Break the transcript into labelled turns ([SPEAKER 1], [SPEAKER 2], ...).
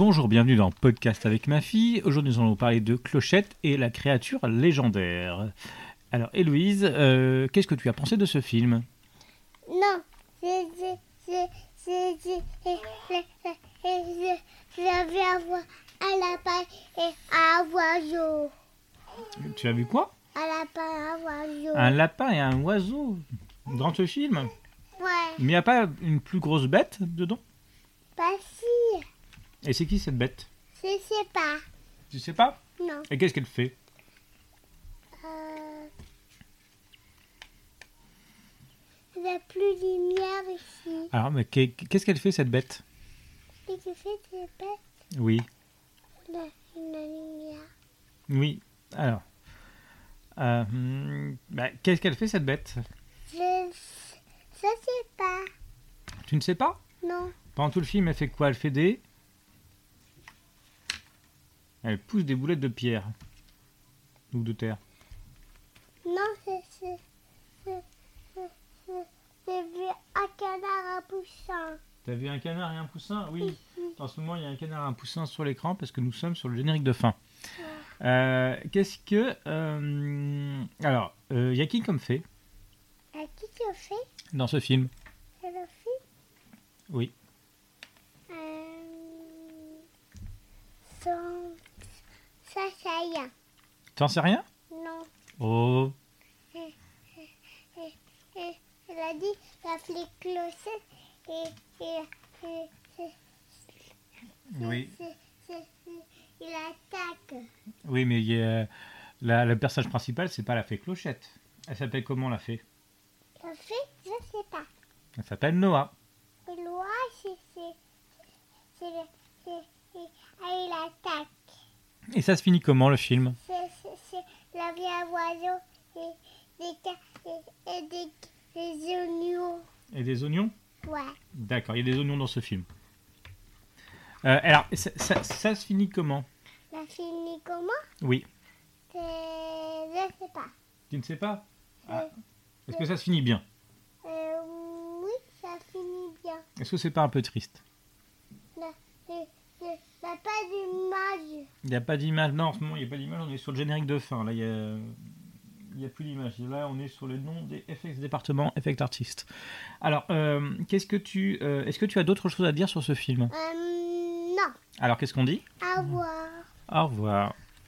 [SPEAKER 1] Bonjour, bienvenue dans Podcast avec ma fille. Aujourd'hui, nous allons vous parler de Clochette et la créature légendaire. Alors, Héloïse, euh, qu'est-ce que tu as pensé de ce film
[SPEAKER 2] Non, j'ai dit, j'ai j'ai dit, et- et- et- et je je vais avoir un lapin et un oiseau.
[SPEAKER 1] Tu as vu quoi
[SPEAKER 2] Un lapin et un oiseau.
[SPEAKER 1] Un lapin et un oiseau dans ce film.
[SPEAKER 2] Ouais,
[SPEAKER 1] Mais il n'y a pas une plus grosse bête dedans
[SPEAKER 2] pas si,
[SPEAKER 1] Et c'est qui cette bête
[SPEAKER 2] je sais pas.
[SPEAKER 1] Tu sais pas
[SPEAKER 2] Non,
[SPEAKER 1] Et qu'est-ce qu'elle fait
[SPEAKER 2] euh... Il n'y a plus de lumière ici.
[SPEAKER 1] Alors, Ah, mais qu'est- qu'est-ce qu'elle fait cette bête
[SPEAKER 2] Et tu fais des bêtes,
[SPEAKER 1] Oui.
[SPEAKER 2] la, la lumière.
[SPEAKER 1] Oui. Alors. Euh, hmm, bah, qu'est-ce qu'elle fait cette bête
[SPEAKER 2] Je, je sais pas.
[SPEAKER 1] Tu ne sais pas
[SPEAKER 2] Non,
[SPEAKER 1] Pendant tout le film, elle fait quoi Elle fait des. Elle pousse des boulettes de pierre. Ou de terre.
[SPEAKER 2] non, c'est... c'est- c'est- c'est- c'est- J'ai vu un canard à poussin.
[SPEAKER 1] T'as vu un canard et un poussin Oui. En ce moment, il y a un canard et un poussin sur l'écran parce que nous sommes sur le générique de fin. Euh, Qu'est-ce que. euh, Alors, euh, il y a qui comme fée
[SPEAKER 2] À Euh, qui tu le fais
[SPEAKER 1] dans ce film
[SPEAKER 2] Je le fais
[SPEAKER 1] Oui.
[SPEAKER 2] Euh... Sans... Ça, ça y est.
[SPEAKER 1] T'en sais rien
[SPEAKER 2] Non.
[SPEAKER 1] Oh.
[SPEAKER 2] Et elle a dit, la flic clochette et... et, et, et-
[SPEAKER 1] Oui.
[SPEAKER 2] c'est- c'est- c'est- il attaque.
[SPEAKER 1] Oui, mais il y a- la, le personnage principal, c'est pas la fée Clochette. Elle s'appelle comment la fée
[SPEAKER 2] La fée, je sais pas.
[SPEAKER 1] Elle s'appelle Noah.
[SPEAKER 2] Et Loi, c'est... c'est... c'est... le- c'est... c'est- ah, il attaque.
[SPEAKER 1] Et ça se finit comment le film
[SPEAKER 2] C'est... c'est... c'est la vieille oiseau et des... ca- et, et des... des oignons.
[SPEAKER 1] Et des oignons
[SPEAKER 2] Ouais.
[SPEAKER 1] D'accord, il y a des oignons dans ce film. Euh, alors, ça, ça- ça se finit comment
[SPEAKER 2] La fini comment
[SPEAKER 1] Oui.
[SPEAKER 2] C'est... je sais pas.
[SPEAKER 1] Tu ne sais pas Ah.
[SPEAKER 2] Euh,
[SPEAKER 1] Est-ce que ça se finit bien
[SPEAKER 2] euh, oui, ça finit bien.
[SPEAKER 1] Est-ce que c'est pas un peu triste
[SPEAKER 2] Le, le, la pas d'image.
[SPEAKER 1] Il n'y a pas d'image. Non, en ce moment, il n'y a pas d'image. On est sur le générique de fin. Là, il y a. Il n'y a plus d'image. Là, on est sur le nom des FX département, FX artistes. Alors, euh, qu'est-ce que tu, euh, est-ce que tu as d'autres choses à dire sur ce film
[SPEAKER 2] Euh, non.
[SPEAKER 1] Alors, qu'est-ce qu'on dit
[SPEAKER 2] À voir.
[SPEAKER 1] Au revoir.